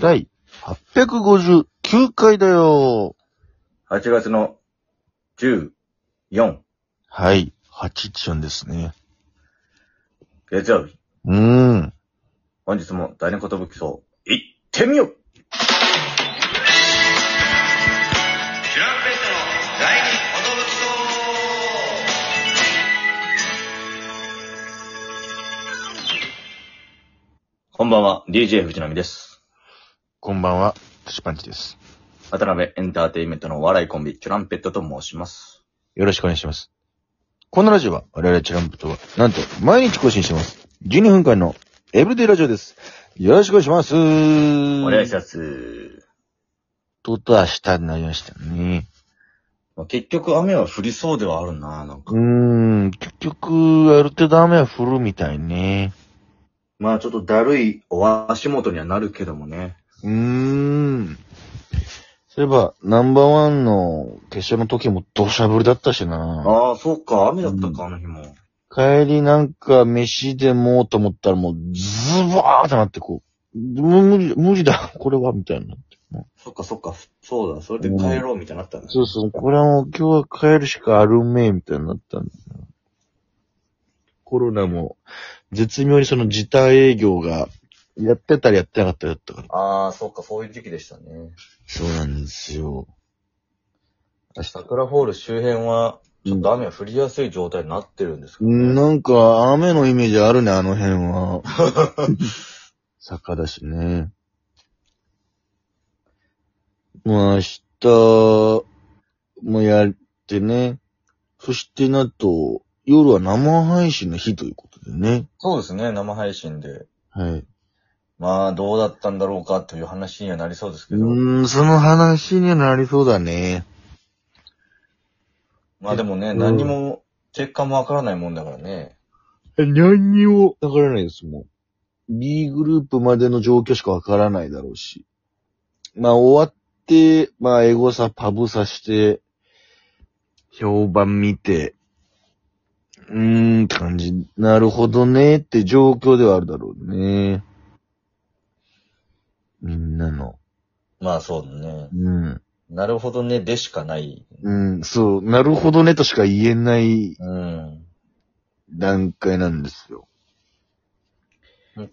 第859回だよ。 8月の14はい。814ですね。月曜日、うーん。本日も第二言武器層、行ってみようトランペットの第二音武器とこんばんは、DJ 藤波です。こんばんは、トシパンチです。渡辺エンターテインメントのお笑いコンビ、チュランペットと申します。よろしくお願いします。このラジオは、我々チランプとは、なんと、毎日更新してます。12分間のエブリデイラジオです。よろしくお願いします。おお願いします。ます。とうとう明日になりましたね。まあ結局雨は降りそうではあるな、なんかう。ーん、結局、ある程度雨は降るみたいね。まあちょっとだるいお足元にはなるけどもね。うーん。そういえば、ナンバーワンの決勝の時も土砂降りだったしな。ああ、そうか、雨だったか、あの日も。帰りなんか飯でもうと思ったらもうズバーってなってこう、む無理、無理だ、これは、みたいな。そっかそっか、そうだ、それで帰ろうみたいになったんだ。そうそう、これはもう今日は帰るしかあるめえ、みたいになったんだよなコロナも絶妙にその時短営業がやってたりやってなかったりだったから。ああ、そっか、そういう時期でしたね。そうなんですよ。明日桜ホール周辺は、ちょっと雨が降りやすい状態になってるんですけどうん、ね。なんか、雨のイメージあるね、あの辺 は。坂だしね。まあ、明日、もやってね。そして、なんと、夜は生配信の日ということでね。そうですね、生配信で。はい。まあ、どうだったんだろうかという話にはなりそうですけうど。ーん、その話にはなりそうだね。まあでもね、うん何も、結果もわからないもんだからね。何にもわからないです、もう。B グループまでの状況しかわからないだろうし。まあ終わって、まあエゴサ、パブサして、評判見て、うーんって感じ。なるほどねって状況ではあるだろうね。みんなの。まあそうだね。うん。なるほどね、でしかない。うん、そう、なるほどねとしか言えないうん。段階なんですよ。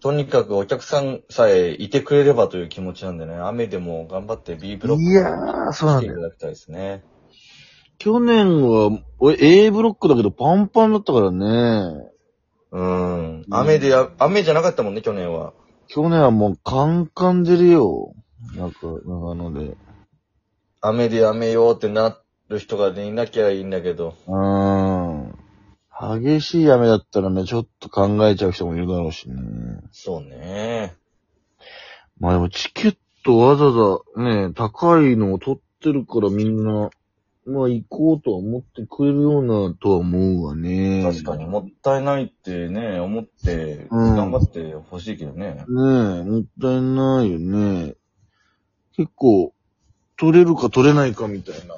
とにかくお客さんさえいてくれればという気持ちなんでね、雨でも頑張って B ブロックいやー、そうなんだ来ていよた。だきたいですね。去年は、俺 A ブロックだけどパンパンだったからね。うん。雨でや、雨じゃなかったもんね、去年は。去年はもうカンカン出るよ。なんか、長野で。雨でやめようってなる人がね、いなきゃいいんだけど。うーん。激しい雨だったらね、ちょっと考えちゃう人もいるだろうしね。そうね。まあでもチケットわざわざね、高いのを取ってるからみんな、まあ行こうとは思ってくれるようなとは思うわね。確かに、もったいないってね、思って、うん頑張ってほしいけどね。ねえ、もったいないよね。結構、取れるか取れないかみたいな、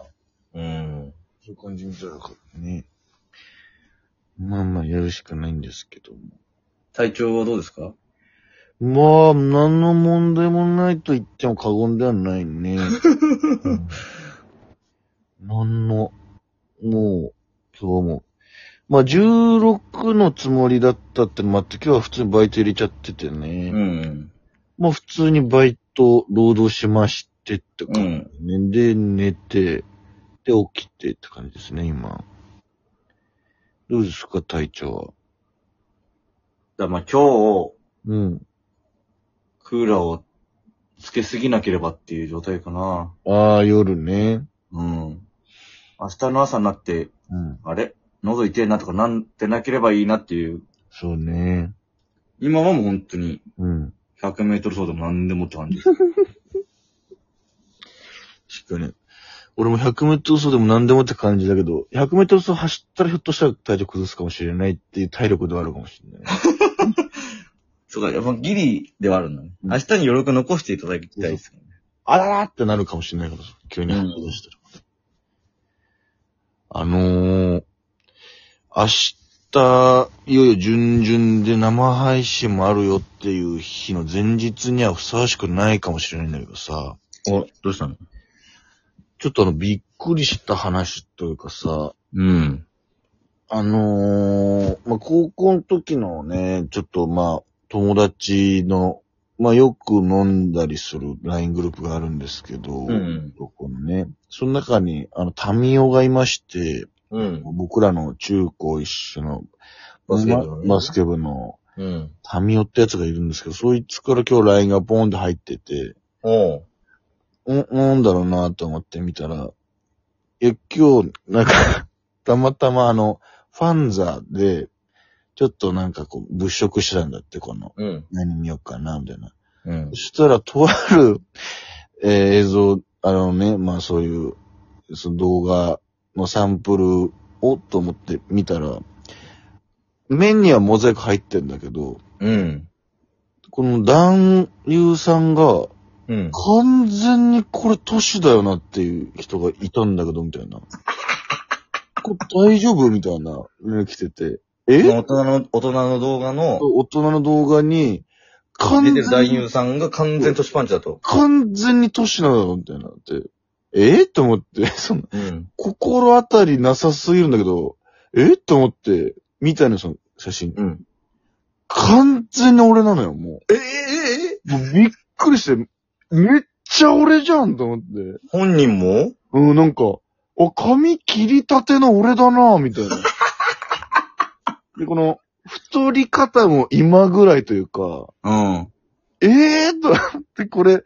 うん。そういう感じみたいだからね。まあまあ、やるしかないんですけど体調はどうですかも。まあ、何の問題もないと言っても過言ではないね。うん何の、もう、今日も。まあ、16のつもりだったってのもあって、今日は普通にバイト入れちゃっててね。うん。まあ普通にバイト、労働しましてって感じ、ねで、寝て、で、起きてって感じですね、今。どうですか、体調だからまあ今日、は。うん。クーラーをつけすぎなければっていう状態かな。ああ、夜ね。うん。明日の朝になって、うん。あれ喉痛いなとかなんてなければいいなっていう。そうね。今はもう本当に、うん。 100メートル走でも何でもって感 じ。確かに。俺も100メートル走でも何でもって感じだけど、100メートル走走ったらひょっとしたら体調崩すかもしれないっていう体力ではあるかもしれない。そうか、やっぱギリではあるんだね。明日に余力残していただきたいですけどね。あららってなるかもしれないからさ、急に発動したら。あのー、明日日、いよいよ準々で生配信もあるよっていう日の前日にはふさわしくないかもしれないんだけどさ、お、どうしたのちょっとあの、びっくりした話というかさ、うん。あのー、まあ、高校の時のね、ちょっとまあ、友達の、まあ、よく飲んだりする LINE グループがあるんですけど、うん。どこのね、その中に、あの、タミオがいまして、うん。僕らの中高一緒のバスケ部のまねバスケ部のうん。タミオってやつがいるんですけど、そいつから今日 LINE がポンって入ってて、おう。ん、なんだろうなと思って見たら、いや、今日、なんか、 たまたまあの、ファンザで、ちょっとなんかこう、物色してたんだって、この、うん。何見ようかな、みたいな。うんそ。したら、とある、えー映像、あのね、まあそういう、その動画のサンプルをと思って見たら、面にはモザイク入ってんだけど、うん。この男優さんが、うん。完全にこれ都市だよなっていう人がいたんだけど、みたいな。これ大丈夫みたいな連絡来てて。え大人の、大人の動画の、大人の動画に、完全出てる男に優さんが完全年パンチだと。完全に都市なのみたいなって。えーと思って、 その、うん。心当たりなさすぎるんだけど、えーと思って、みたいなその写真。うん。完全に俺なのよ、もえええう。もうびっくりして、めっちゃ俺じゃんと思って。本人もうん、なんか、あ、髪切りたての俺だなみた いな。で、この、太り方も今ぐらいというか、うん。ええー、と思って、これ、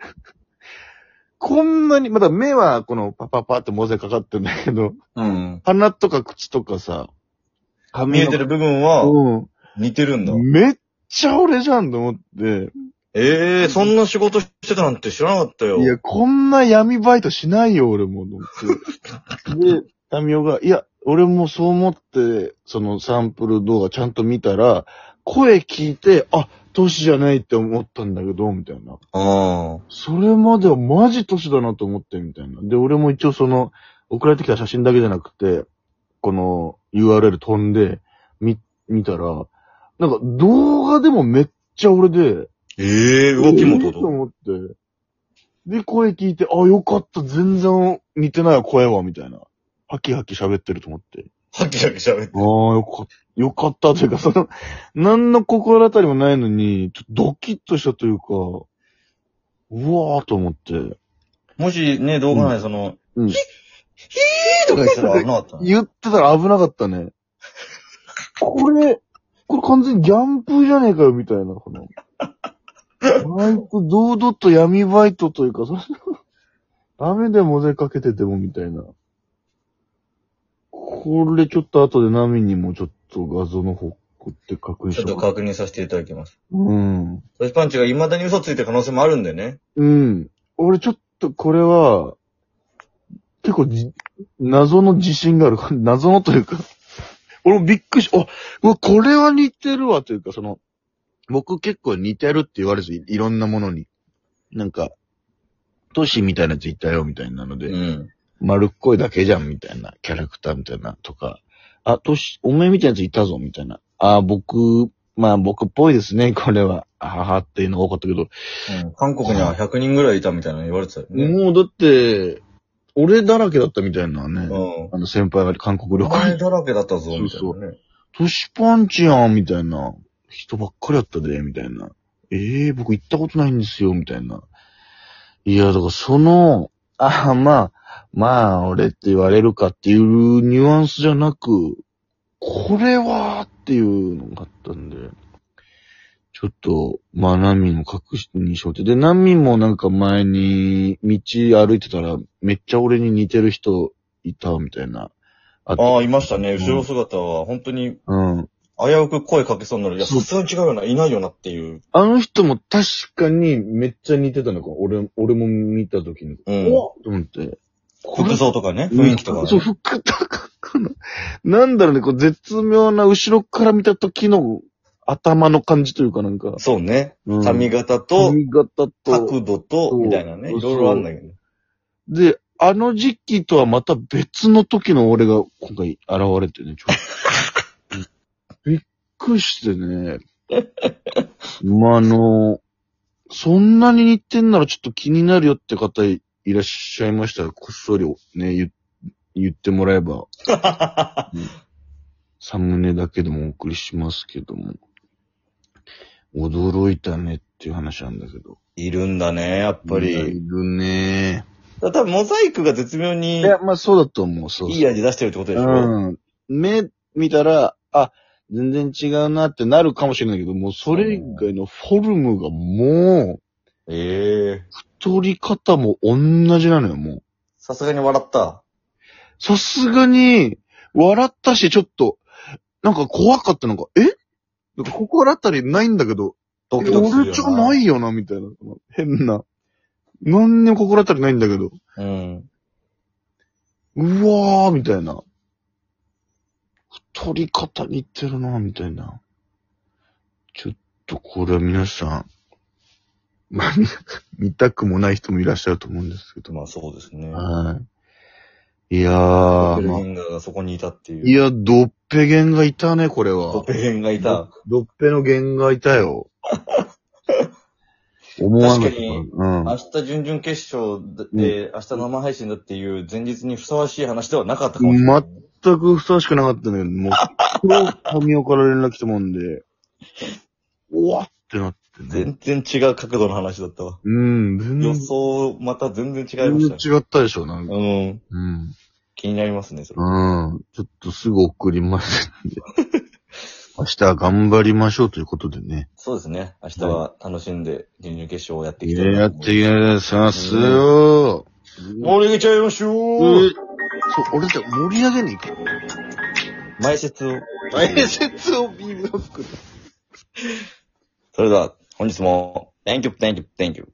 こんなに、まだ目はこのパパパってモザイクかかってんだけど、うん。鼻とか口とかさ、髪見えてる。る部分はう似てるんだ。ん。めっちゃ俺じゃんと思って、ええそんな仕事してたなんて知らなかったよ。いや、こんな闇バイトしないよ、俺も、と思って。で、タミオが、いや、俺もそう思って、そのサンプル動画ちゃんと見たら、声聞いて、あ、歳じゃないって思ったんだけど、みたいな。ああ。それまではマジ年だなと思って、みたいな。で、俺も一応その、送られてきた写真だけじゃなくて、この URL 飛んで、見、見たら、なんか動画でもめっちゃ俺で、ええ動きもえとーとと。思って。で、声聞いて、あ、よかった、全然似てないわ声は、みたいな。ハキハキ喋ってると思って。はっきり喋って。ああ、よかった。よかったというか、その、何の心当たりもないのに、ちょっとドキッとしたというか、うわーと思って。もしね、動画内でその、うんヒッヒーとか言ってたら危なかったね。言ってたら危なかったね。これ、これ完全にギャンプじゃねえかよ、みたいな、この。割と堂々と闇バイトというか、その、ダメでもぜかけてても、みたいな。これちょっと後でナミにもちょっと画像の方送って確認ちしょっとよ確認させていただきます。う。うん。トシパンチが未だに嘘ついてる可能性もあるんでね。うん。俺ちょっとこれは、結構じ、謎の自信がある。 謎のというか、俺もびっくりし、あ、うわ、これは似てるわというか、その、僕結構似てるって言われず、いいろんなものに。なんか、都市みたいなやついたよ、みたいなので、うん。丸っこいだけじゃん、みたいな、キャラクターみたいな、とか、あ、都市、おめえみたいなやついたぞ、みたいな。あ、僕、まあ僕っぽいですね、これは。あははっていうのが多かったけど、うん韓国には100人ぐらいいたみたいなの言われてたよね。もうだって、俺だらけだったみたいなね。うん。あの先輩が韓国旅お前行。だらけだったぞ、そうみたいそうなね。都市パンチやん、みたいな。人ばっかりやったで、みたいな。ええ僕行ったことないんですよ、みたいな。いや、だからその、あまあ、まあ、俺って言われるかっていうニュアンスじゃなく、これはっていうのがあったんで、ちょっと、まあ、ナミの隠しにしようって。で、ナミもなんか前に道歩いてたら、めっちゃ俺に似てる人いた、みたいな。あああ、いましたね。うん後ろ姿は、本当に、うん。危うく声かけそうになる。いや、そうさすがに違うよな。いないよなっていう。あの人も確かにめっちゃ似てたのか。俺、俺も見たときに。う。うんと思って。服装とかね。うん雰囲気とかね。そう、服とかかな。なんだろうね、こう絶妙な後ろから見た時の頭の感じというかなんか。そうね。うん髪型と、髪型と。角度と、そうみたいなね。そういろいろあんだけど。で、あの時期とはまた別の時の俺が今回現れてね、ちょっと。 くりしてね。まあ、あの、そんなに似てんならちょっと気になるよって方いいらっしゃいましたら、こっそりね、言言ってもらえ ば、サムネだけでもお送りしますけども。驚いたねっていう話なんだけど。いるんだね、やっぱり。いるね。多分モザイクが絶妙いにや、まあそうだと思う。そうそういい味出してるってことでしょ。うん。目見たら、あ、全然違うなってなるかもしれないけど、もうそれ以外のフォルムがもう、ええ取り方も同じなのよ、もう。さすがに笑った。さすがに、笑ったし、ちょっと、なんか怖かったのが、えなんか心当たりないんだけど、ドキドキする俺よじゃないよな、みたいな。変な。何にも心当たりないんだけど、うん。うわー、みたいな。太り方似てるな、みたいな。ちょっとこれは皆さん、 まあ、見見たくもない人もいらっしゃると思うんですけど。まあそうですね。はい。いやドッー、ペルまあゲンガーがそこにいたっていう。いや、ドッペゲンがいたね、これは。ドッペルゲンガーいた。ドッペの弦がいた よ。思わなかった。確かにうん。明日準々決勝で、明日生配信だっていう前日にふさわしい話ではなかったかもしれない。全くふさわしくなかったんだけど、もう、黒髪をから連絡来たもんで、うわってなってね。全然違う角度の話だったわ。うん、全予然、想、また全然違いま全した然ね。違ったでしょ、なんか。うん。うん。気になりますね、それ。うん。ちょっとすぐ送りますんで。明日は頑張りましょうということでね。そうですね。明日は楽しんで準々決勝をやっていきたいやなっと思ていきますよ。盛り上げちゃいましょううんそう、俺たち盛り上げに行く。前説を。前説をビームロックでそれでは、本日も、Thank you, thank you, thank you.